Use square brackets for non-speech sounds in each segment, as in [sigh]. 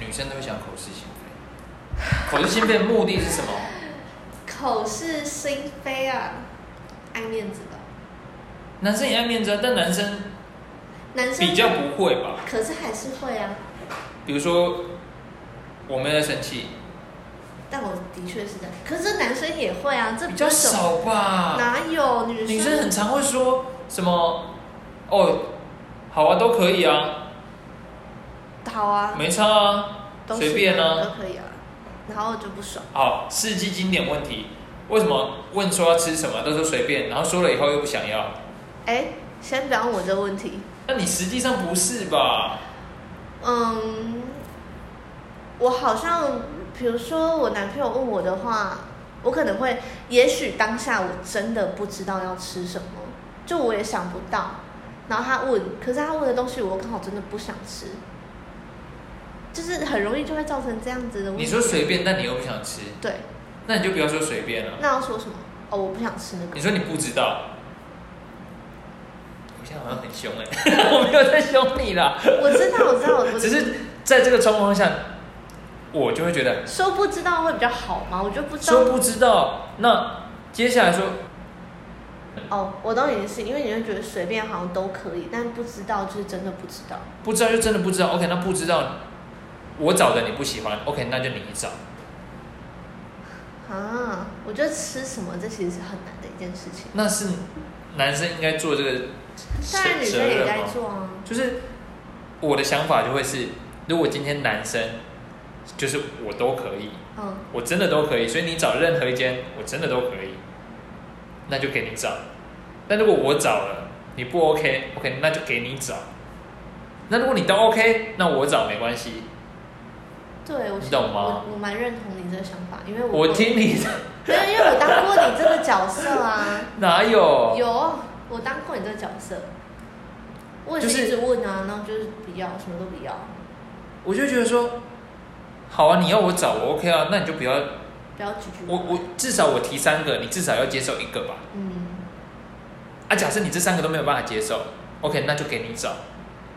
女生都会想口是心非。口是心非的目的是什么？口是心非啊，爱面子的男生也爱面子啊，但男生男生比较不会吧？可是还是会啊。比如说，我没有在生气，但我的确是这样，可是男生也会啊，这比不较是什么，少啊吧？哪有女生？女生很常会说什么？哦，好啊，都可以啊，好啊，没差啊。都随便啊啊，都可以啊。然后就不爽，好，世纪经典问题，为什么问说要吃什么都说随便，然后说了以后又不想要？哎，先不要问我这个问题，那你实际上不是吧？嗯，我好像，比如说我男朋友问我的话，我可能会，也许当下我真的不知道要吃什么，就我也想不到。然后他问，可是他问的东西我刚好真的不想吃，就是很容易就会造成这样子的问你题。说随便，但你又不想吃，对，那你就不要说随便了、啊那要说什么？哦，我不想吃那个你。说你不知道，我现在好像很凶哎、 [laughs] 我没有在凶你啦，我知道，我知道，我知道只是在这个状况下，我就会觉得说不知道会比较好嘛，我就不知说道。不知道，那接下来说哦，我懂你的事，因为你会觉得随便好像都可以，但不知道就是真的不知道。不知道就真的不知道，OK，那不知道我找的你不喜欢，OK，那就你找。啊，我觉得吃什么这其实是很难的一件事情，那是男生应该做这个当然女责生也任该吗？做啊。就是我的想法就会是，如果今天男生就是我都可以，嗯，我真的都可以，所以你找任何一间我真的都可以，那就给你找。但如果我找了你不 OK，OK，、那就给你找。那如果你都 OK，那我找没关系。对，我你懂吗我我蛮认同你这个想法，因为我我听你的，没有，因为我当过你这个角色 [laughs] 啊，哪有？有，我当过你这个角色，我也就是是一直问啊，然后就是不要，什么都不要，我就觉得说，好啊，你要我找我 OK 啊，那你就不要不要拒绝我我至少我提三个，你至少要接受一个吧。嗯，啊，假设你这三个都没有办法接受，OK，那就给你找。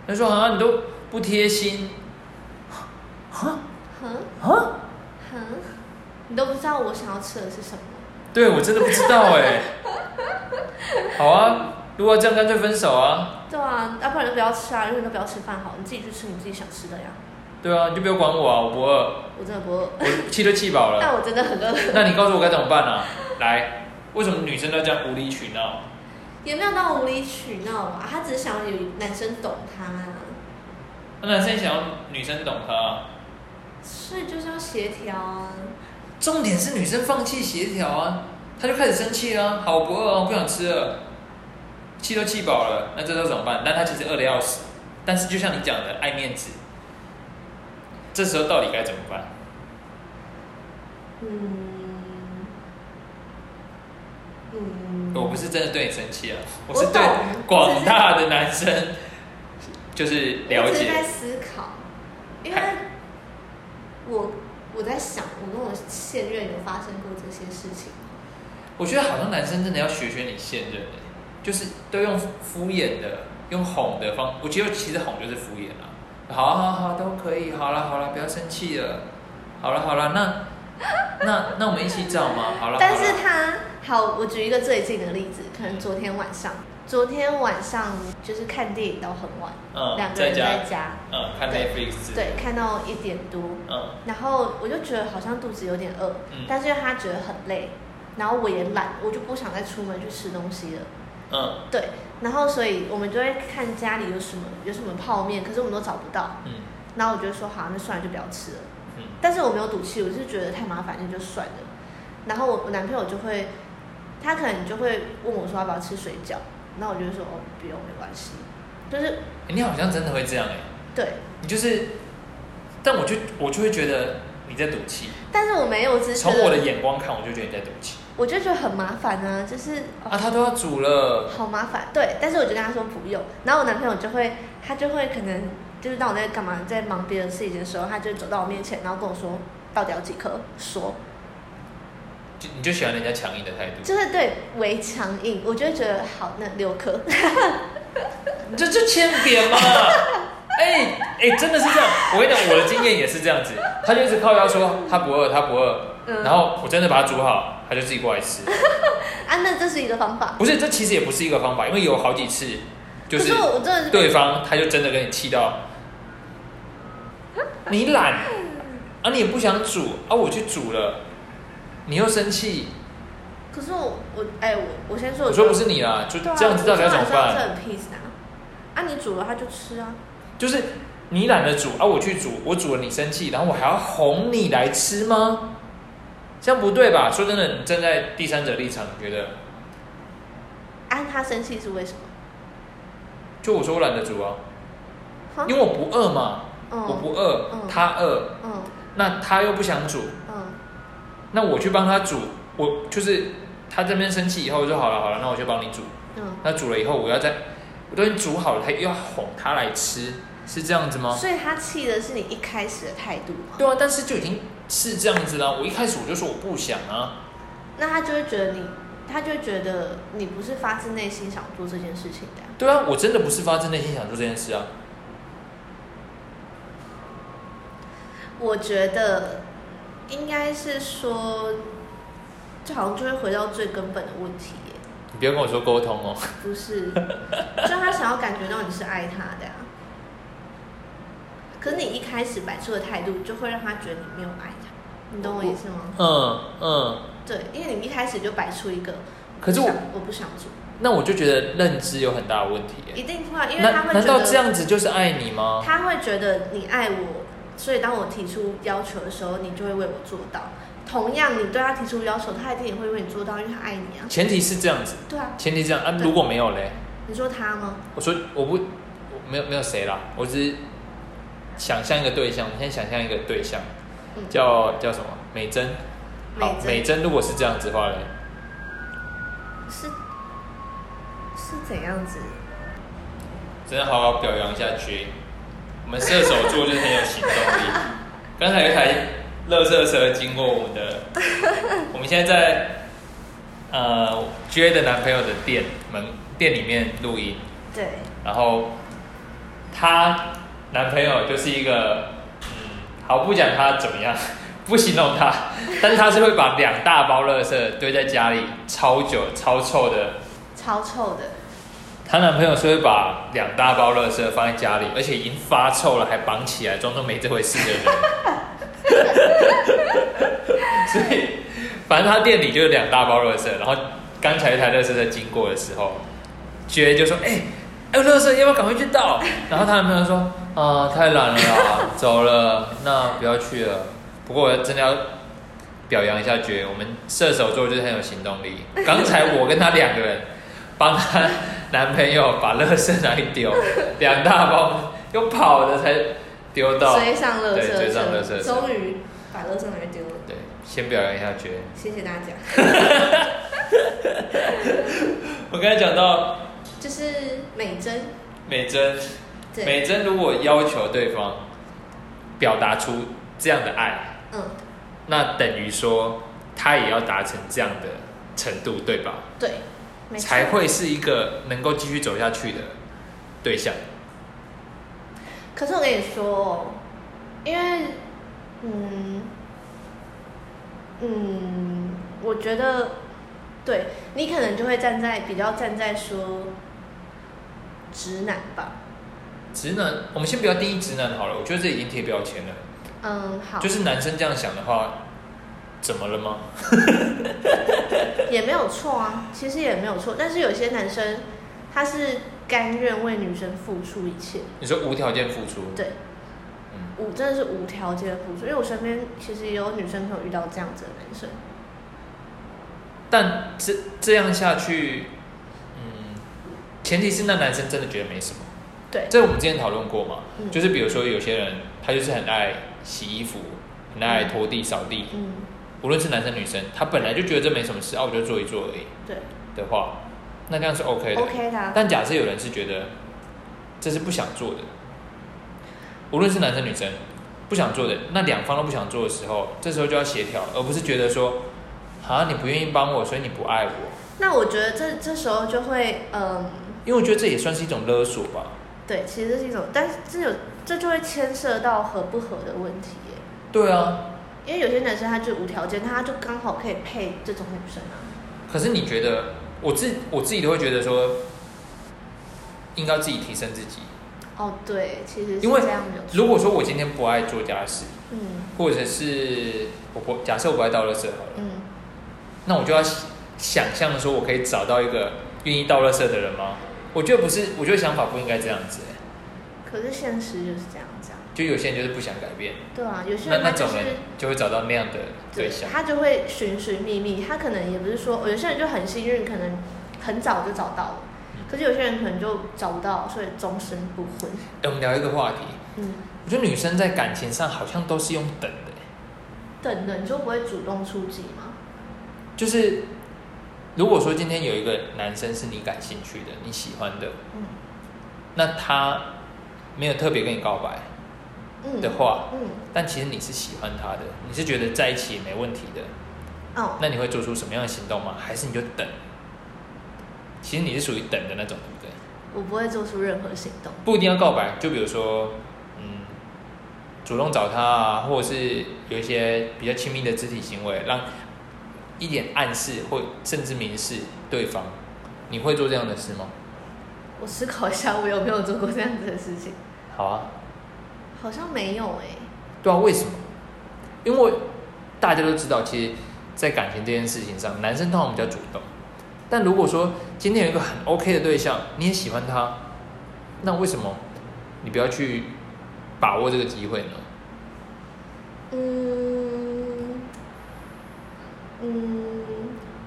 他说啊，你都不贴心，哼啊？哼，你都不知道我想要吃的是什么，对我真的不知道哎、好啊，如果这样干脆分手啊，对啊，要不然就不要吃啊，因为你都不要吃饭好，你自己去吃你自己想吃的呀，对啊，你就不要管我啊，我不饿，我真的不饿，我气都气饱了。但我真的很饿。那你告诉我该怎么办啊？来，为什么女生都这样无理取闹？也没有到无理取闹吧，他只是想要有男生懂他、啊，那男生想要女生懂他啊、所以就是要协调啊。重点是女生放弃协调啊，她就开始生气啊，好我不饿啊，我不想吃了，气都气饱了，那这时候怎么办？但她其实饿得要死，但是就像你讲的，爱面子，这时候到底该怎么办？嗯，嗯，我不是真的对你生气啊，我是对懂广大的男生就是了我只是解在思考，因为我我在想，我跟我现任有发生过这些事情吗，我觉得好像男生真的要学学你现任、欸，就是都用敷衍的、用哄的方，我觉得其实哄就是敷衍啦、好啊好好，都可以，好了好了，不要生气了。好了好了，那那那我们一起找嘛。好了，但是好了他好，我举一个最近的例子，可能昨天晚上，昨天晚上就是看电影到很晚，两嗯，个在人家在家，嗯看对 Netflix 对，看到一点多，嗯然后我就觉得好像肚子有点饿，嗯但是因为他觉得很累，然后我也懒，我就不想再出门去吃东西了。嗯对，然后所以我们就会看家里有什么有什么泡面，可是我们都找不到。嗯然后我就说好，那算了，就不要吃了。嗯但是我没有赌气，我是觉得太麻烦，那就算了。然后我我男朋友就会，他可能就会问我说要不要吃水饺，那我就会说哦不用，没关系。就是欸你好像真的会这样哎、对，你就是，但我就我就会觉得你在赌气，但是我没有，我只是觉从我的得眼光看，我就觉得你在赌气我就觉得很麻烦啊，就是啊，他都要煮了。好麻烦，对，但是我就跟他说不用，然后我男朋友就会，他就会可能就是当我在干嘛，在忙别的事情的时候，他就走到我面前，然后跟我说到底要几颗，说就你就喜欢人家强硬的态度，就是对围强硬，我就会觉得好，那六颗， [laughs] 这这欠扁嘛？哎、哎哎，真的是这样。我跟你讲，我的经验也是这样子，他就一直靠腰说他不饿，他不饿，嗯，然后我真的把它煮好，他就自己过来吃。 [laughs] 啊，那这是一个方法。不是，这其实也不是一个方法，因为有好几次就可是是我真的是对方他就真的跟你气到，你懒啊，你也不想煮啊，我去煮了，你又生气。可是我我哎、我我先说，我说不是你啦，就对啊，这样子到底要怎么我说晚办？上是很 peace 啊，啊，你煮了他就吃啊，就是你懒得煮啊，我去煮，我煮了你生气，然后我还要哄你来吃吗？这样不对吧？说真的，你站在第三者立场，你觉得？啊，他生气是为什么？就我说我懒得煮啊，哈因为我不饿嘛，我嗯不饿嗯，他饿，嗯那他又不想煮，嗯，那我去帮他煮，我就是他这边生气以后就好了，好了，那我就帮你煮。嗯，那煮了以后，我要再我都已经煮好了，他又要哄他来吃，是这样子吗？所以他气的是你一开始的态度嘛，对啊，但是就已经是这样子啦。我一开始我就说我不想啊，那他就会觉得你，他就会觉得你不是发自内心想做这件事情的啊、对啊，我真的不是发自内心想做这件事啊。我觉得应该是说，这好像就会回到最根本的问题耶，你不要跟我说沟通哦，[laughs] 不是，就他想要感觉到你是爱他的、啊，可是你一开始摆出的态度，就会让他觉得你没有爱他，你懂我意思吗？嗯嗯。对，因为你一开始就摆出一个，可是我不想我不想做，那我就觉得认知有很大的问题耶。一定会啊，因为他难会难觉道这得，样子就是爱你吗？他会觉得你爱我，所以当我提出要求的时候，你就会为我做到。同样，你对他提出要求，他一定也会为你做到，因为他爱你啊。前提是这样子，对啊，前提这样啊。对如果没有嘞，你说他吗？我说我不我没有没有谁啦，我只是想象一个对象。我们先想象一个对象，嗯叫叫什么？美珍。好，美珍珍如果是这样子的话嘞，是是怎样子？真的好好表扬一下 J。我们射手座就是很有行动力。刚才有一台乐色车经过我们的，我们现在在呃 J 的男朋友的店门店里面录音，对，然后她男朋友就是一个，嗯，好不讲他怎么样，不形容他，但是他是会把两大包乐色堆在家里超久超臭的超臭的。她男朋友是会把两大包垃圾放在家里，而且已经发臭了，还绑起来，装作没这回事的人。 [laughs] 所以，反正他店里就是两大包垃圾，然后刚才一台垃圾车经过的时候，觉就说：“哎、哎，垃圾要不要赶快去倒？”然后她男朋友说：“啊、太懒了啦，走了，那不要去了。”不过我真的要表扬一下觉，我们射手座就是很有行动力。刚才我跟她两个人帮她男朋友把垃圾拿去丢，两大包又跑的才丢到。追上乐对色追上垃圾车终于把乐色拿丢了，对，先表扬一下觉。谢谢大家。我刚才讲到就是美珍，美珍，对，美珍如果要求对方表达出这样的爱，嗯，那等于说她也要达成这样的程度，对吧？对，没错才会是一个能够继续走下去的对象。可是我跟你说哦，因为，嗯，嗯，我觉得，对你可能就会站在比较站在说直男吧，直男，我们先不要定义直男好了，我觉得这已经贴标签了。嗯，好，就是男生这样想的话，怎么了吗？也没有错啊，其实也没有错，但是有些男生他是甘愿为女生付出一切，你说无条件付出，对嗯，无真的是无条件的付出，因为我身边其实也有女生朋友遇到这样子的男生，但这这样下去，嗯，前提是那男生真的觉得没什么。对，这我们之前讨论过嘛，嗯就是比如说有些人他就是很爱洗衣服，很爱拖地扫地，嗯，无论是男生女生，他本来就觉得这没什么事，啊，我就做一做而已对的话，那这样是嗯 OK 的。 ，OK 的啊、但假设有人是觉得这是不想做的，无论是男生女生不想做的，那两方都不想做的时候，这时候就要协调，而不是觉得说啊你不愿意帮我，所以你不爱我，那我觉得这这时候就会，嗯，因为我觉得这也算是一种勒索吧。对，其实这是一种，但是这有这就会牵涉到合不合的问题耶。对啊，因为有些男生他就无条件，他就刚好可以配这种女生啊。可是你觉得，我自我自己都会觉得说，应该自己提升自己。哦，对，其实是因为这样没有错。如果说我今天不爱做家事，嗯或者是我不假设我不爱倒垃圾好了，嗯，那我就要想象说我可以找到一个愿意倒垃圾的人吗？我觉得不是，我觉得想法不应该这样子、欸可是现实就是这样子啊。就有些人就是不想改变，对啊，有些那人他那就种是人就会找到那样的对象。他就会寻寻觅觅，他可能也不是说哦有些人就很幸运，可能很早就找到了嗯，可是有些人可能就找不到，所以终身不婚。哎、我们聊一个话题，嗯，我觉得女生在感情上好像都是用等的、欸等等，你就不会主动出击吗？就是如果说今天有一个男生是你感兴趣的、你喜欢的，嗯那他没有特别跟你告白嗯的话，嗯但其实你是喜欢他的，你是觉得在一起也没问题的，哦，那你会做出什么样的行动吗？还是你就等？其实你是属于等的那种，对不对？我不会做出任何行动。不一定要告白，就比如说，嗯，主动找他啊，或者是有一些比较亲密的肢体行为，让一点暗示或甚至明示对方，你会做这样的事吗？我思考一下，我有没有做过这样子的事情？好啊，好像没有哎、对啊，为什么？因为大家都知道，其实，在感情这件事情上，男生通常比较主动。但如果说今天有一个很 OK 的对象，你也喜欢他，那为什么你不要去把握这个机会呢？嗯嗯，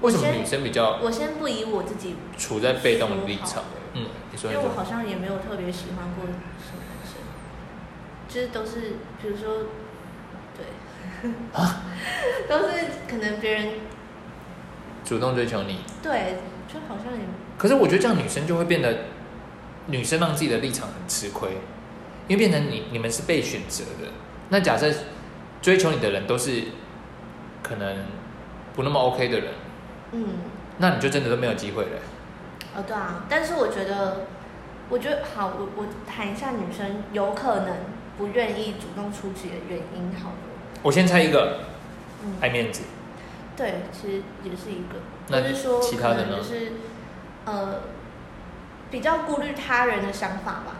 为什么我先女生比较我先不以我自己，处在被动的立场？嗯，你因说你为我说，好像也没有特别喜欢过什么男生，就是都是比如说，对，啊 [laughs] 都是可能别人主动追求你。对，就好像也可是我觉得这样女生就会变得，女生让自己的立场很吃亏，因为变成你你们是被选择的。那假设追求你的人都是可能不那么 OK 的人，嗯。那你就真的都没有机会了。哦，对啊，但是我觉得，我觉得好，我我谈一下女生有可能不愿意主动出击的原因好了。我先猜一个，嗯，爱面子。对，其实也是一个，哎那就是说其他的可能呢就是呃，比较顾虑他人的想法吧。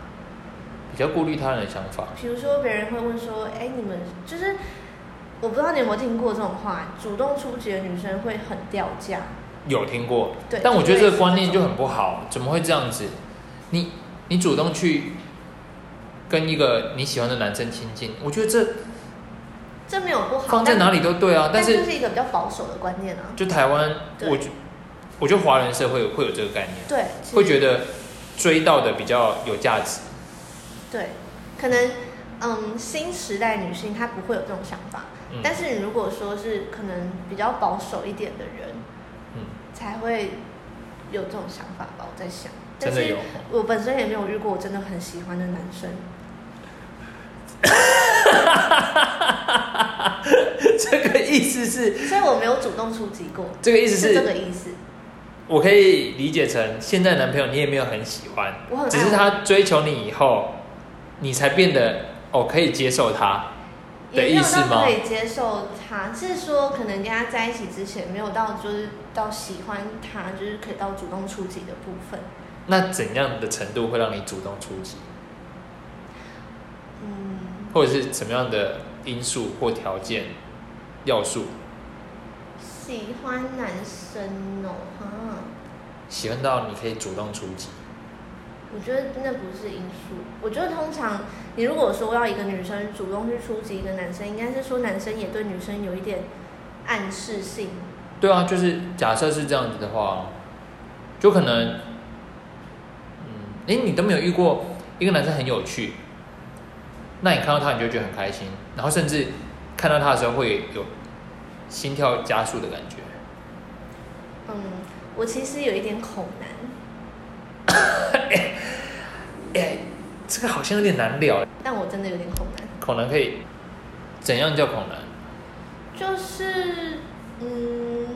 比较顾虑他人的想法，比如说别人会问说，哎，你们就是我不知道你有没有听过这种话，主动出击的女生会很掉价。有听过，对，但我觉得这个观念类似就种很不好，怎么会这样子？你你主动去跟一个你喜欢的男生亲近，我觉得这这没有不好，放在但哪里都对啊。但哦但是就是一个比较保守的观念啊。就台湾，对我觉我觉得华人社会有会有这个概念，对，其实会觉得追到的比较有价值。对，可能嗯，新时代女性她不会有这种想法，嗯但是你如果说是可能比较保守一点的人，嗯，才会有这种想法吧，我在想。但真的是有。 [laughs] 我本身也没有遇过我真的很喜欢的男生，这个意思是，所以我没有主动出击过，这个意思是这个是，意思。我可以理解成现在男朋友你也没有很喜欢，我很爱只是他追求你以后，你才变得哦可以接受他。也的没有意思到吗可以接受他，是说可能跟他在一起之前没有到就是到喜欢他，就是可以到主动出击的部分。那怎样的程度会让你主动出击，嗯，或者是什么样的因素或条件要素？喜欢男生哦，哈，喜欢到你可以主动出击，我觉得那不是因素。我觉得通常你如果说要一个女生主动去出击一个男生，应该是说男生也对女生有一点暗示性。对啊，就是假设是这样子的话，就可能，嗯，诶，你都没有遇过一个男生很有趣，那你看到他你就觉得很开心，然后甚至看到他的时候会有心跳加速的感觉。嗯，我其实有一点恐男，哎，这个好像有点难聊，但我真的有点恐男，恐男可以怎样叫恐男？就是嗯，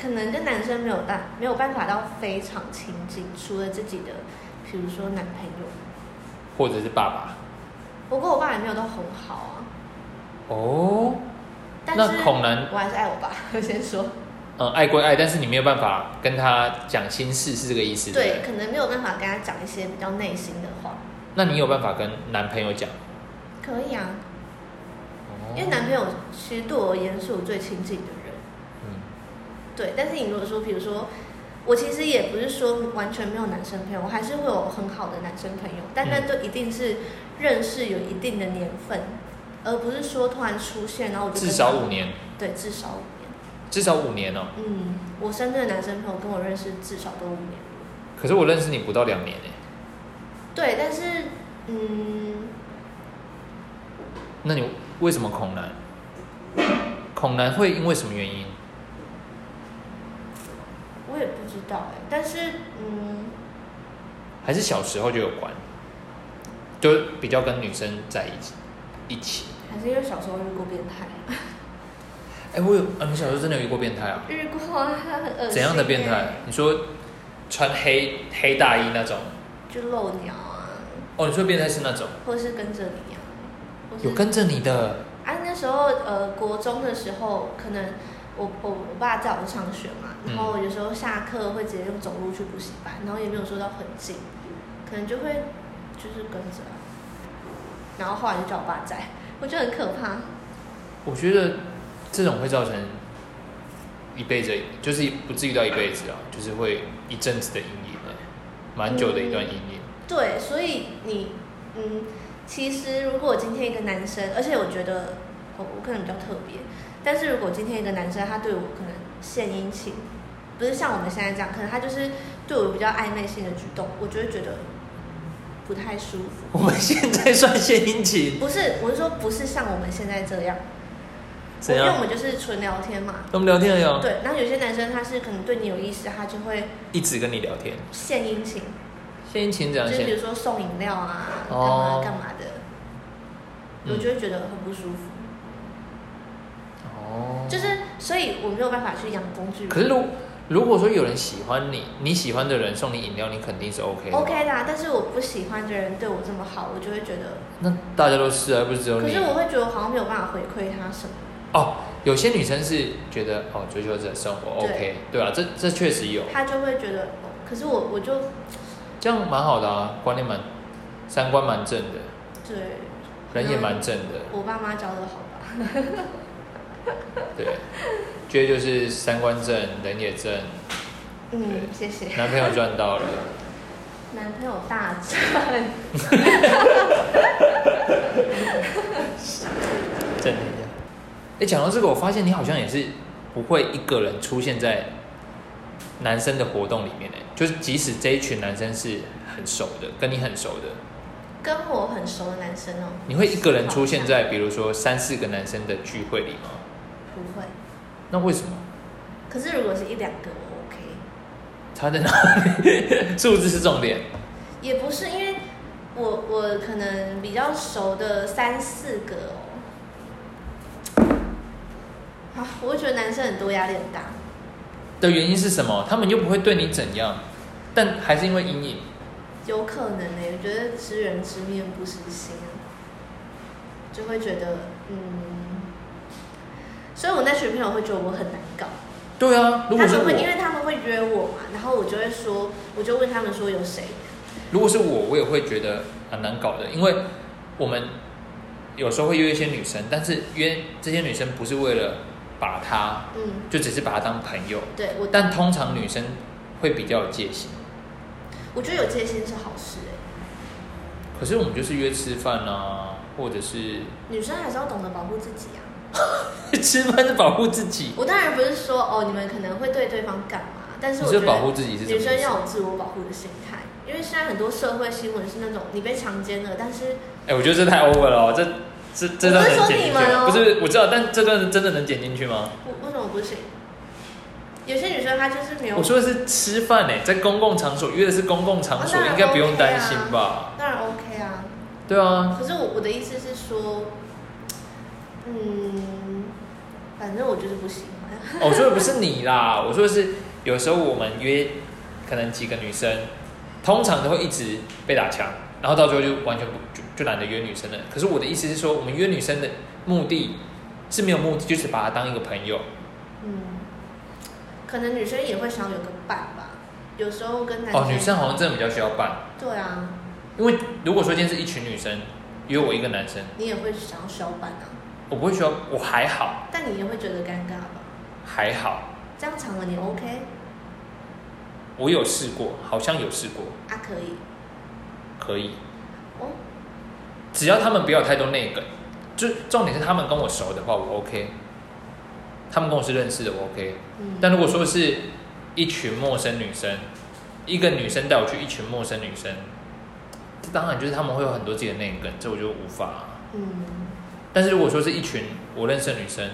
可能跟男生没有办没有办法到非常亲近，除了自己的，比如说男朋友。或者是爸爸？不过我爸也没有都很好啊，哦，但那是恐男，我还是爱我爸。 [laughs] 我先说，嗯，爱归爱，但是你没有办法跟他讲心事，是这个意思？不对，可能没有办法跟他讲一些比较内心的话。那你有办法跟男朋友讲？可以啊，哦因为男朋友其实对我而言是我最亲近的人。嗯对，但是你如果说，比如说，我其实也不是说完全没有男生朋友，我还是会有很好的男生朋友，但那嗯就一定是认识有一定的年份，而不是说突然出现，然后我就至跟少他五，年，对，至少五至少五年哦、年。嗯，我身边的男生朋友跟我认识至少都五年。可是我认识你不到两年哎、对，但是嗯，那你为什么恐男？恐男会因为什么原因？我也不知道哎、但是嗯，还是小时候就有关，就比较跟女生在一起一起。还是因为小时候遇过变态，哎、我有啊，你小时候真的有遇过变态啊？遇过啊，很恶心、怎样的变态？？你说穿黑黑大衣那种？就露鸟啊，哦，你说变态是那种或是跟着你啊，或是有跟着你的？啊，那时候呃，国中的时候，可能我我我爸在我上学嘛，嗯然后有时候下课会直接用走路去补习班，然后也没有说到很近，可能就会就是跟着啊，然后后来就叫我爸载，我觉得很可怕。我觉得这种会造成一辈子，就是不至于到一辈子啊，就是会一阵子的阴影、欸，蛮久的一段阴影。对，所以你嗯，其实如果今天一个男生，而且我觉得我我可能比较特别，但是如果今天一个男生他对我可能献殷勤，不是像我们现在这样，可能他就是对我比较暧昧性的举动，我就会觉得不太舒我服。们现在算献殷勤，不是，我是说不是像我们现在这样，怎因为我样？们就是纯聊天嘛。我们聊天了哟，对，那有些男生他是可能对你有意思，他就会一直跟你聊天。献殷勤，献殷勤怎样就是比献？如说送饮料啊，干哦嘛干嘛的。嗯我就会觉得很不舒服。哦，就是，所以我没有办法去养工具人。可是如如果说有人喜欢你，你喜欢的人送你饮料，你肯定是 OK 的。 OK 啦，但是我不喜欢的人对我这么好，我就会觉得，那大家都是啊，又不是只有可你是。我会觉得我好像没有办法回馈他什么。哦，有些女生是觉得哦，追求者生活对 OK，对啊，这这确实有，他就会觉得，哦可是我我就这样蛮好的啊，观念蛮，三观蛮正的，对，嗯人也蛮正的，我爸妈教的好吧？对，觉得就是三观正，人也正，嗯，谢谢。男朋友赚到了，男朋友大战， [laughs] 正的一下。哎，讲到这个，我发现你好像也是不会一个人出现在男生的活动里面的，欸就是即使这一群男生是很熟的，跟你很熟的，跟我很熟的男生哦，你会一个人出现在比如说三四个男生的聚会里吗？不会。那为什么？可是如果是一两个，我 OK。差在哪里？数字是重点。也不是因为我我可能比较熟的三四个哦，啊，我会觉得男生很多压力很大，的原因是什么？他们又不会对你怎样，但还是因为阴影。有可能呢、我觉得知人知面不知心啊，就会觉得嗯，所以我那群朋友会觉得我很难搞，对啊，如果他是们会因我，为他们会约我嘛，然后我就会说，我就问他们说有谁，如果是我，我也会觉得很难搞的，因为我们有时候会约一些女生，但是约这些女生不是为了把她，嗯，就只是把她当朋友。对我但通常女生会比较有戒心，我觉得有戒心是好事哎、可是我们就是约吃饭啊，或者是 [laughs] 女生还是要懂得保护自己啊。吃饭是保护自己，我当然不是说哦，你们可能会对对方干嘛，但是你我是觉保护得自己是什么女意思？生要有自我保护的心态，因为现在很多社会新闻是那种你被强奸了，但是哎、我觉得这太 over 了哦，这这这段我不是能说剪进你去们吗？哦不是，我知道，但这段真的能剪进去吗？我为什么不行？有些女生她就是没有我，说的是吃饭哎、在公共场所约的是公共场所，哦当然应该不用 OK 啊担心吧？当然 OK 啊，对啊，可是我我的意思是说，嗯，反正我就是不喜欢，哦我说的不是你啦，我说的是有时候我们约可能几个女生，通常都会一直被打枪，然后到最后就完全不就就懒得约女生了。可是我的意思是说，我们约女生的目的是没有目的，就是把她当一个朋友。嗯，可能女生也会想要有个伴吧，有时候跟男生哦，女生好像真的比较需要伴，对啊，因为如果说今天是一群女生约我一个男生，你也会想要小伴啊，我不会需要，我还好但你也会觉得尴尬吧？还好，这样场合你 OK 我有试过，好像有试过，啊？可以可以，哦，只要他们不要有太多内梗，就重点是他们跟我熟的话，我 OK。他们跟我是认识的，我 OK。嗯，但如果说是一群陌生女生，一个女生带我去一群陌生女生，这当然就是他们会有很多自己的内梗，这我就无法、嗯。但是如果说是一群我认识的女生，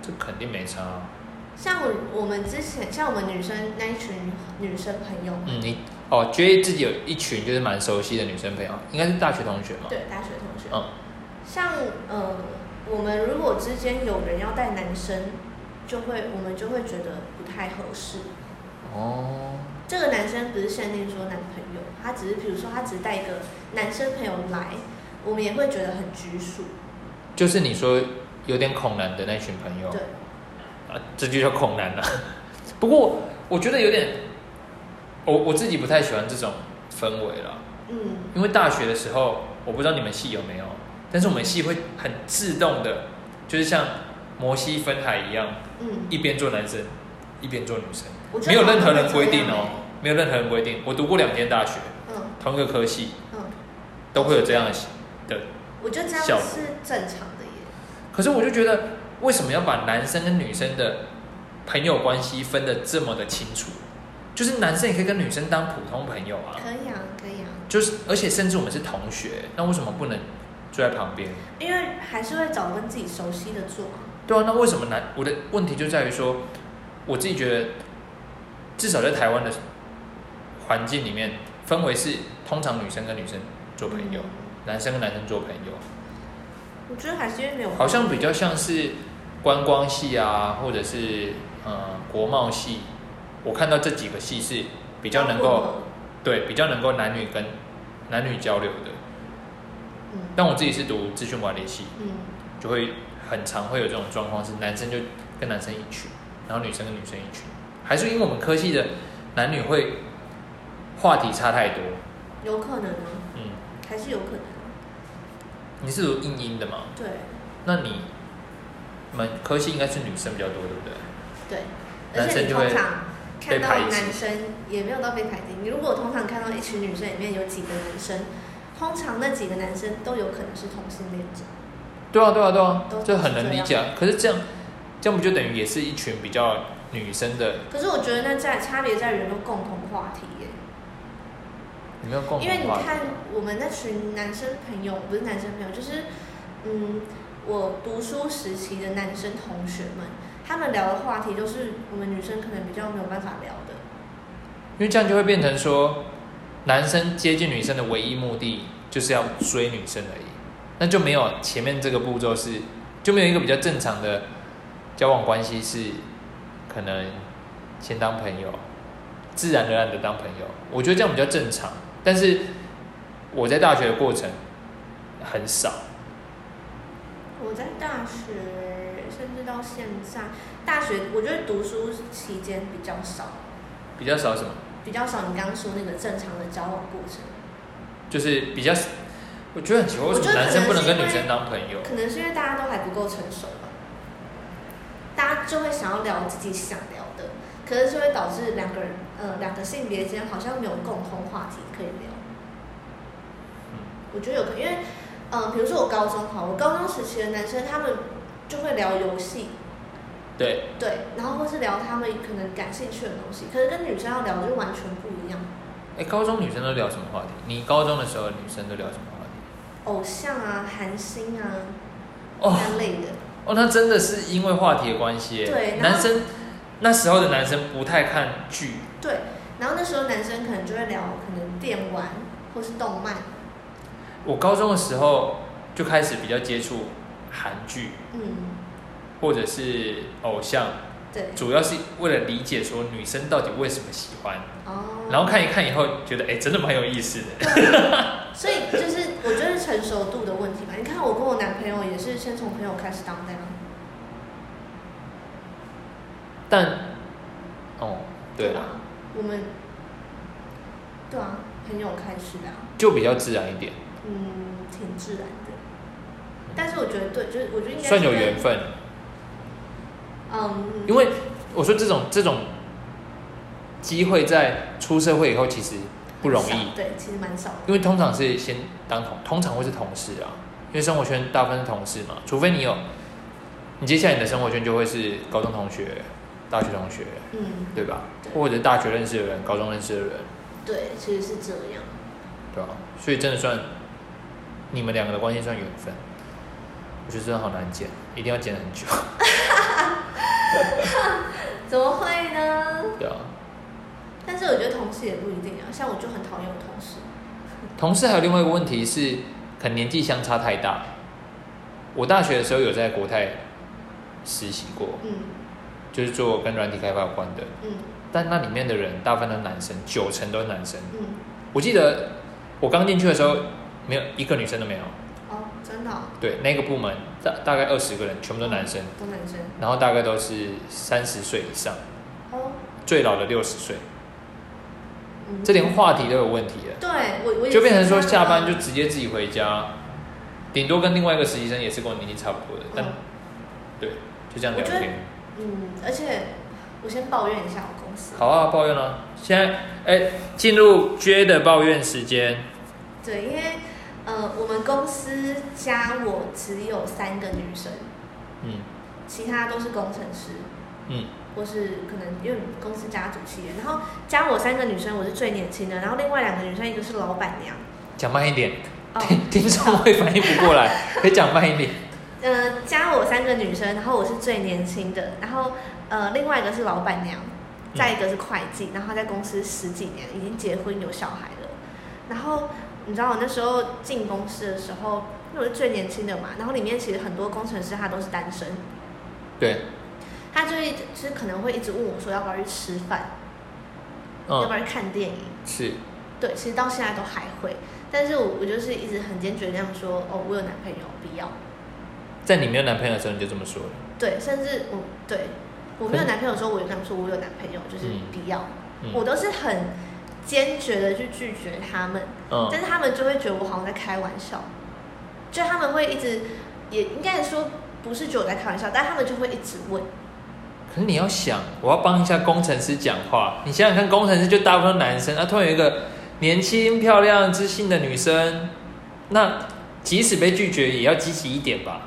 这肯定没差啊、像我我们之前，像我们女生那一群女生朋友，嗯，你哦，觉得自己有一群就是蛮熟悉的女生朋友，应该是大学同学嘛？对大学同学，嗯像呃，我们如果之间有人要带男生，就会我们就会觉得不太合适。哦，这个男生不是限定说男朋友，他只是比如说他只带一个男生朋友来，我们也会觉得很拘束。就是你说有点恐男的那群朋友，对，啊，这就叫恐男了、 [laughs] 不过我觉得有点，我我自己不太喜欢这种氛围了，嗯，因为大学的时候，我不知道你们系有没有，但是我们系会很自动的，就是像摩西分海一样，嗯，一边做男生，一边做女生，我觉得没有任何好像人会规这定样哦，没有任何人规定。我读过两间大学，欸。嗯同一个科系嗯，都会有这样的习的。我觉得这样效果是正常的耶。可是我就觉得，为什么要把男生跟女生的朋友关系分得这么的清楚？就是男生也可以跟女生当普通朋友啊，可以啊，可以啊，就是而且甚至我们是同学，那为什么不能坐在旁边？因为还是会找跟自己熟悉的做啊。对啊，那为什么男？我的问题就在于说，我自己觉得，至少在台湾的环境里面，氛围是通常女生跟女生做朋友，嗯男生跟男生做朋友，我觉得还是因为没有好像比较像是观光系啊，或者是呃国贸系，我看到这几个系是比较能够对比较能够男女跟男女交流的。嗯但我自己是读资讯管理系，嗯就会很常会有这种状况，是男生就跟男生一群，然后女生跟女生一群，还是因为我们科系的男女会话题差太多。有可能啊，嗯，还是有可能啊。你是读硬音的嘛？对那你你们科系应该是女生比较多，对不对？对，而男且生你就会通常看被到排挤男生也没有到被排挤。你如果通常看到一群女生里面有几个男生，通常那几个男生都有可能是同性恋者。对啊，对啊，对啊都，这很能理是这解。可是这样，这样不就等于也是一群比较女生的，可是我觉得那在差别在于有没有共同话题耶，你没有共因为同你话题？看我们那群男生朋友，不是男生朋友，就是嗯，我读书时期的男生同学们，他们聊的话题都是我们女生可能比较没有办法聊的。因为这样就会变成说，男生接近女生的唯一目的就是要追女生而已，那就没有前面这个步骤是就没有一个比较正常的交往关系是可能先当朋友，自然而然的当朋友，我觉得这样比较正常。但是我在大学的过程很少，我在大学，甚至到现在，大学我觉得读书期间比较少，比较少什么，比较少你刚刚说那个正常的交往过程，就是比较，我觉得很奇怪，为什么男生不能跟女生当朋友？可能是因为大家都还不够成熟吧，大家就会想要聊自己想聊的，可是就会导致两个人，呃，两个性别间好像没有共同话题可以聊。我觉得有可能，因为，呃，比如说我高中哈，我高中时期的男生他们就会聊游戏，对，对，然后或是聊他们可能感兴趣的东西，可是跟女生要聊的就完全不一样，哎，高中女生都聊什么话题？你高中的时候女生都聊什么话题？偶像啊、韩星啊哦那类的，哦，那真的是因为话题的关系耶。对然后男生那时候的男生不太看剧，对。然后那时候男生可能就会聊可能电玩或是动漫，我高中的时候就开始比较接触韩剧嗯，或者是偶像，对，主要是为了理解说女生到底为什么喜欢，哦。然后看一看以后觉得哎、真的蛮有意思的。所以就是我觉得是成熟度的问题吧。你看我跟我男朋友也是先从朋友开始当的呀，但哦，对吧啦，？我们对啊，朋友开始的啊、就比较自然一点，嗯，挺自然的。但是我觉得对，就是我觉得应嗯该算是有跟缘。分。嗯，因为我说这种这种机会在出社会以后其实不容很易少，对，其实蛮少的。因为通常是先当同，通常会是同事啊，因为生活圈大部分是同事嘛，除非你有，你接下来你的生活圈就会是高中同学、大学同学，嗯，对吧？对或者大学认识的人、高中认识的人，对，其实是这样。对吧？所以真的算你们两个的关系算缘分，我觉得真的好难剪，一定要剪很久， [laughs] 怎么会呢？对啊。但是我觉得同事也不一定啊，像我就很讨厌我同事。同事还有另外一个问题是，可能年纪相差太大。我大学的时候有在国泰实习过，嗯就是做跟软体开发有关的，嗯但那里面的人大部分都是男生，九成都是男生。嗯，我记得我刚进去的时候，没有一个女生都没有。哦，真的、哦，对，那个部门大大概二十个人，全部都男生，都男生。然后大概都是三十岁以上，哦，最老的六十岁，嗯，这连话题都有问题了。对我我也就变成说是这下样啊班就直接自己回家，顶多跟另外一个实习生也是跟我年纪差不多的，但嗯对，就这样聊我觉天。嗯，而且我先抱怨一下我公司。好啊，抱怨啊！现在哎，进、入 J 的抱怨时间，对，因为呃，我们公司加我只有三个女生，嗯其他都是工程师，嗯，或是可能因为公司家族企业，然后加我三个女生，我是最年轻的，然后另外两个女生一个是老板娘。讲慢一点，哦， [laughs] 听听众会反应不过来，可以讲慢一点。呃，加我三个女生，然后我是最年轻的，然后呃，另外一个是老板娘，再一个是会计，然后她在公司十几年，已经结婚有小孩了。然后你知道我那时候进公司的时候，因为我是最年轻的嘛，然后里面其实很多工程师他都是单身，对，他就一直就是可能会一直问我说要不要去吃饭，要不嗯，要去看电影，是，对，其实到现在都还会，但是我我就是一直很坚决那样说，哦，我有男朋友，不要。在你没有男朋友的时候你就这么说了，对，甚至我对我没有男朋友的时候，我也跟他说我有男朋友，就是嗯不要，我嗯都是很坚决的去拒绝他们，但嗯是他们就会觉得我好像在开玩笑，就他们会一直，也应该说不是觉得我在开玩笑，但他们就会一直问，可是你要想，我要帮一下工程师讲话，你想想看，工程师就大部分都男生，那、啊突然有一个年轻漂亮知性的女生，那即使被拒绝也要积极一点吧，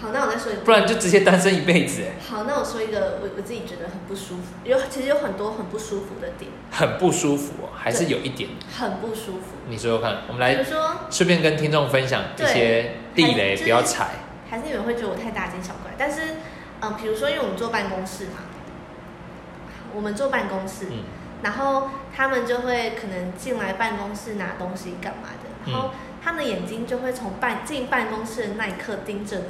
好，那我再说一不然就直接单身一辈子，哎，好，那我说一个我我自己觉得很不舒服，有其实有很多很不舒服的点，很不舒服、哦，还是有一点。很不舒服。你说说看，我们比如来说，顺便跟听众分享一些地雷，不要踩。还是你们会觉得我太大惊小怪，但是，嗯、比如说，因为我们坐办公室嘛，我们坐办公室，嗯然后他们就会可能进来办公室拿东西干嘛的，嗯然后他们的眼睛就会从办进办公室的那一刻盯着你，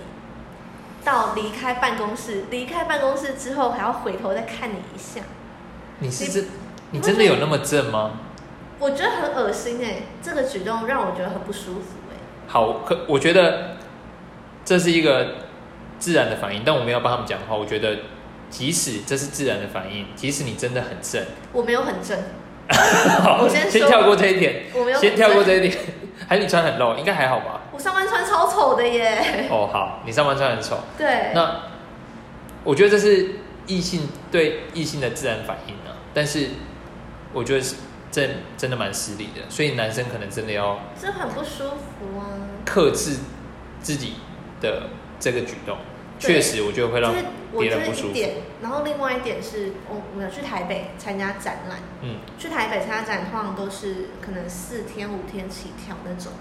到离开办公室，离开办公室之后还要回头再看你一下，你是真，你你不觉真得的有那么正吗？我觉得很恶心哎、这个举动让我觉得很不舒服哎、好，可我觉得这是一个自然的反应，但我没有帮他们讲话。我觉得即使这是自然的反应，即使你真的很正，我没有很正，好， [laughs] 我先说先跳过这一点，我没有很先跳过正，这一点。还是你穿很露，应该还好吧？我上班穿超丑的耶，哦，好，你上半穿很丑。对，那我觉得这是异性对异性的自然反应啊，但是我觉得是真真的蛮失礼的，所以男生可能真的要这很不舒服啊。克制自己的这个举动，对确实我觉得会让就是我别这人不是舒一服。点，然后另外一点是我我们去台北参加展览，嗯，去台北参加展通常都是可能四天五天起跳那种，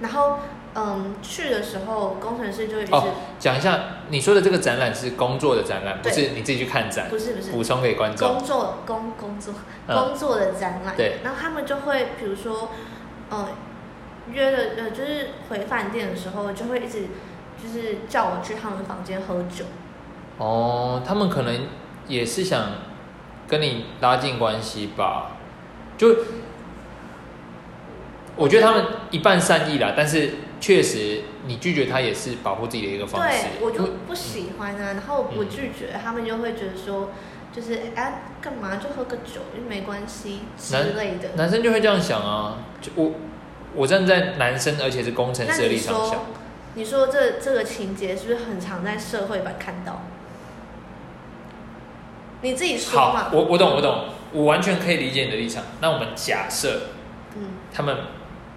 然后嗯去的时候工程师就会一直、哦讲一下你说的这个展览是工作的展览，不对是你自己去看展，不是不是补充给观众。工作工工作、嗯工作的展览，对，然后他们就会比如说呃约了呃就是回饭店的时候就会一直就是叫我去他们房间喝酒，哦，他们可能也是想跟你拉近关系吧，就我觉得他们一半善意啦，但是确实你拒绝他也是保护自己的一个方式嗯对。，我就因为不喜欢啊，然后我拒绝，他们就会觉得说，就是哎干嘛就喝个酒又没关系之类的。男生就会这样想啊，就我我站在男生而且是工程那师的你立场说想，，你说这这个情节是不是很常在社会版看到？你自己说好嘛，，我我懂我懂，我完全可以理解你的立场。那我们假设嗯他们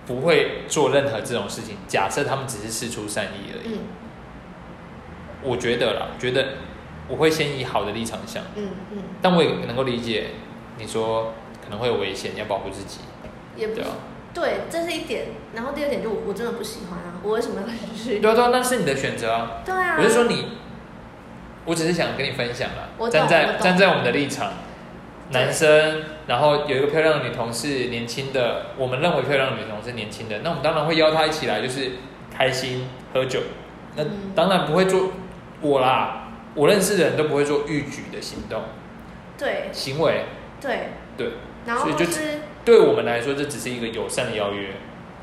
不会做任何这种事情，假设他们只是事出善意而已。嗯我觉得啦，觉得我会先以好的立场想，嗯嗯，但我也能够理解你说可能会有危险，要保护自己，也不对是啊，对，这是一点。然后第二点就我我真的不喜欢啊，我为什么要去？对啊对啊，那是你的选择啊。对啊，我是说你，我只是想跟你分享啦，我懂站我在懂站在我们的立场，对男生，然后有一个漂亮的女同事，年轻的，我们认为漂亮的女同事年轻的，那我们当然会邀她一起来，就是开心喝酒，那嗯当然不会做我啦，我认识的人都不会做逾矩的行动对行为，对，对。然后所以就就是对我们来说，这只是一个友善的邀约，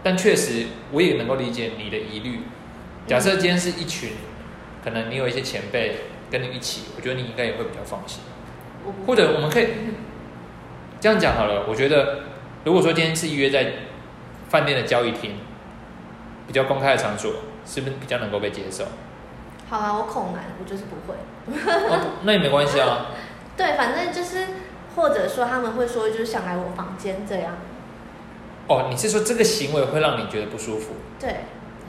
但确实我也能够理解你的疑虑。假设今天是一群，可能你有一些前辈跟你一起，我觉得你应该也会比较放心。我不或者我们可以这样讲好了，我觉得如果说今天是约在饭店的交易厅，比较公开的场所，是不是比较能够被接 [laughs] 受？好啊，我恐男，我就是不会。哦那也没关系啊，对，反正就是，或者说他们会说就是想来我房间这样。哦，你是说这个行为会让你觉得不舒服？对，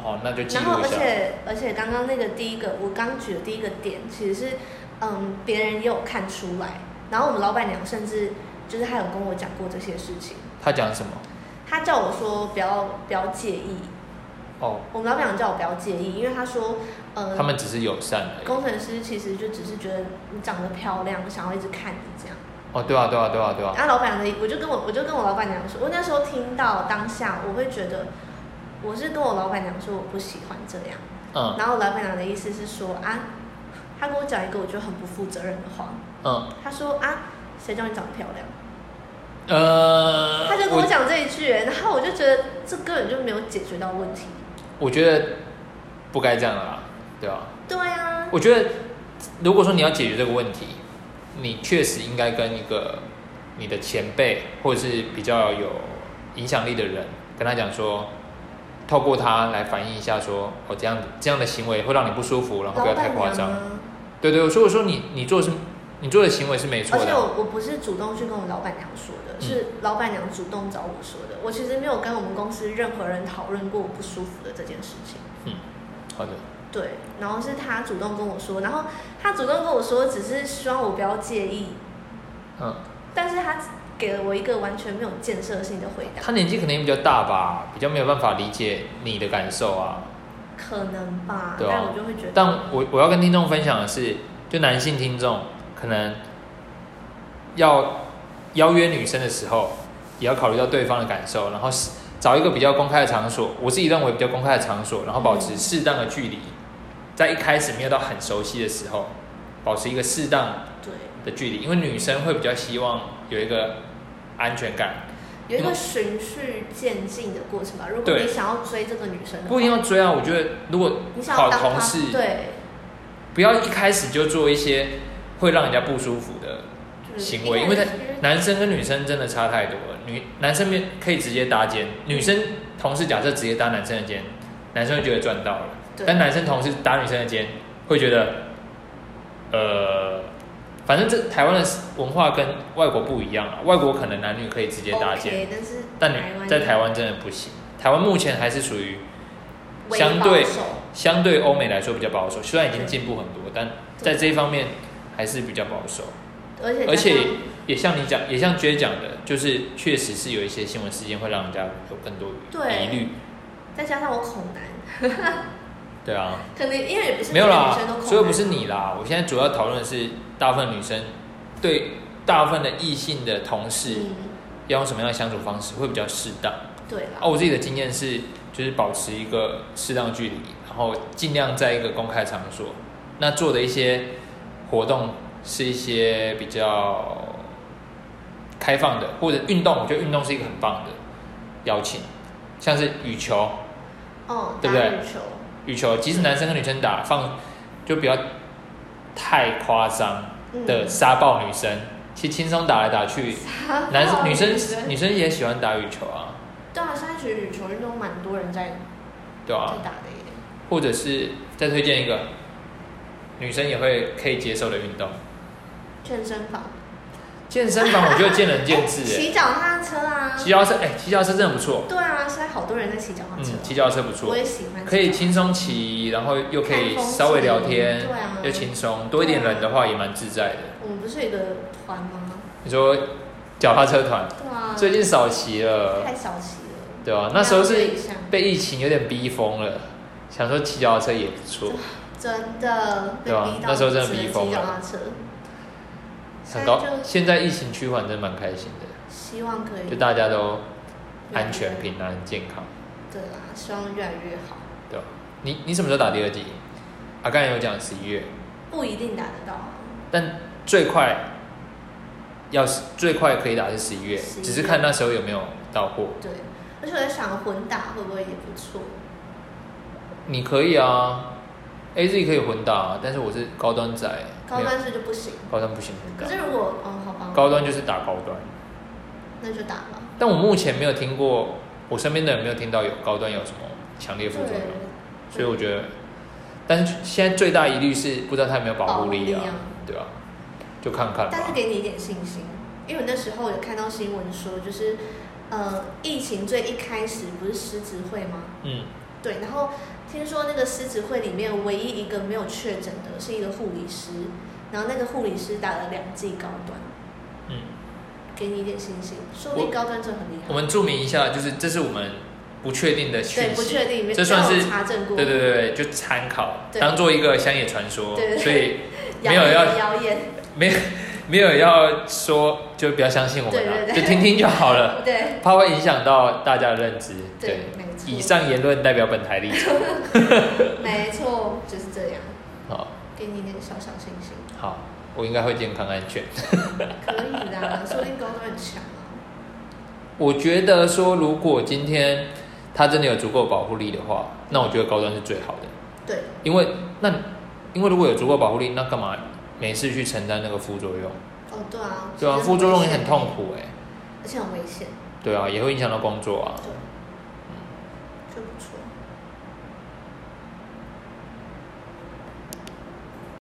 哦，那就记然后录一而下。且而且刚刚那个第一个，我刚举的第一个点，其实是嗯别人也有看出来，然后我们老板娘甚至就是她有跟我讲过这些事情，他讲什么？她叫我说不要不要介意，哦，我们老板娘叫我不要介意，因为她说嗯他们只是友善而已。工程师其实就只是觉得你长得漂亮，想要一直看你这样。哦，对啊，对啊，对啊，对啊。然后老板的，我就跟我我就跟我老板娘说，我那时候听到当下，我会觉得我是跟我老板娘说我不喜欢这样。嗯然后老板娘的意思是说啊，她跟我讲一个我觉得很不负责任的话，嗯她说啊，谁叫你长得漂亮？呃，她就跟我讲这一句，欸然后我就觉得这根本就没有解决到问题。我，我觉得不该这样啦，对吧、对啊，我觉得如果说你要解决这个问题，你确实应该跟一个你的前辈或者是比较有影响力的人跟他讲说。透过他来反映一下说哦，这样这样的行为会让你不舒服，然后老不要太板夸娘张。啊，对对，所以我说你你做的是你做的行为是没错而的且啊。我我不是主动去跟我老板娘说的，嗯是老板娘主动找我说的。我其实没有跟我们公司任何人讨论过我不舒服的这件事情。好的，对，然后是他主动跟我说，然后他主动跟我说，只是希望我不要介意，嗯，但是他给了我一个完全没有建设性的回答，他年纪可能也比较大吧，比较没有办法理解你的感受啊。可能吧，对啊但我就会觉得，但我我要跟听众分享的是，就男性听众可能要邀约女生的时候，也要考虑到对方的感受，然后是找一个比较公开的场所，我自己认为比较公开的场所，然后保持适当的距离，在一开始没有到很熟悉的时候，保持一个适当对，的距离，因为女生会比较希望有一个安全感，有一个循序渐进的过程吧。如果嗯对你想要追这个女生的话，不一定要追啊。我觉得如果你想好要当同她事，对，不要一开始就做一些会让人家不舒服的就是行为，一因为开始他男生跟女生真的差太多了。女男生面可以直接搭肩，女生同事假设直接搭男生的肩，男生会觉得赚到了；但对，男生同事搭女生的肩，会觉得，呃，反正这台湾的文化跟外国不一样啊。外国可能男女可以直接搭肩 OK，但是但台湾你在台湾真的不行。台湾目前还是属于微相保对守相对欧美来说比较保守，虽然已经进步很多，但在这一方面还是比较保守。而且而且加上也像你讲，也像 J 讲的，就是确实是有一些新闻事件会让人家有更多对疑虑。再加上我恐男，对啊，可能因为也不是没有每个女啦生都，恐所以不男嗯是你啦。我现在主要讨论的是大部分女生对大部分的异性的同事嗯，要用什么样的相处方式会比较适当。对啦啊，，我自己的经验是，就是保持一个适当距离，然后尽量在一个公开场所。那做的一些活动是一些比较开放的，或者运动，我觉得运动是一个很棒的邀请。像是羽球，哦，对不对打羽球，羽球即使男生跟女生打放，就不要太夸张嗯的杀爆女生，其实轻松打来打去，男生女生女生也喜欢打羽球啊，对啊，现在其实羽球运动蛮多人在对在啊，打的耶。或者是再推荐一个女生也会可以接受的运动，健身房，健身房我觉得见仁见智 [laughs] 哎、骑脚踏车啊，骑脚踏车哎、骑脚踏车真的不错，对啊，现在好多人在骑脚踏嗯车啊，，骑脚踏车不错我，也喜欢骑脚踏车，可以轻松骑，然后又可以看风景稍微聊天，对啊，又轻松，多一点人的话也蛮自在的。我们不是有一个团吗？你说脚踏车团对啊，最近少骑了，太少骑了，对吧、那时候要是追一下被疫情有点逼疯了，想说骑脚踏车也不 [laughs] 错，真的被对啊逼到那时候真的只能逼疯骑脚了踏车，很现在高。就现在疫情趋缓，真的蛮开心的，希望可以就大家都越来安全、越平安、健康，对啦，希望越来越好，对吧、你你什么时候打第二剂？啊，刚才有讲十一月，不一定打得到啊，但最快要是最快可以打是十一月， 11只是看那时候有没有到货。对。而且我在想混打会不会也不错，你可以啊，A Z 可以混打，啊但是我是高端仔，高没有端是就不行。高端不行可混是打，如果哦，好吧，高端就是打高端。那就打吧。但我目前没有听过，我身边的人没有听到有高端有什么强烈对副作用，所以我觉得，但是现在最大疑虑是不知道它有没有保护力啊保护力啊，对吧、就看看但是吧。给你一点信心，因为我那时候有看到新闻说，就是呃，疫情最一开始不是狮子会吗？嗯，对，然后听说那个狮子会里面唯一一个没有确诊的是一个护理师，然后那个护理师打了两剂高端，嗯，给你一点信心，说不定我高端真的很厉我害。们注明一下，就是这是我们不确定的对，讯不息，确定，没这算是没有查证过，对对对对，就参考，对当做一个乡野传说对对，对所以谣没有要言谣言， [laughs] 没有没有要说，就不要相信我们对了，对就对听听就好了，对怕会影响到大家的认知。对，没错，以上言论代表本台立 [laughs] 场。 [laughs] 没错，就是这样，好，给你一点小小信心。哦好，我应该会健康安全。可以 [laughs] 的，说不定高端很强啊。我觉得说，如果今天它真的有足够保护力的话，那我觉得高端是最好的，对，因为那因为如果有足够保护力，那干嘛没事去承担那个副作用？哦对啊，对啊，其实副作用也危险很痛，苦哎、而且很危险，对啊，也会影响到工作啊。对，就不错。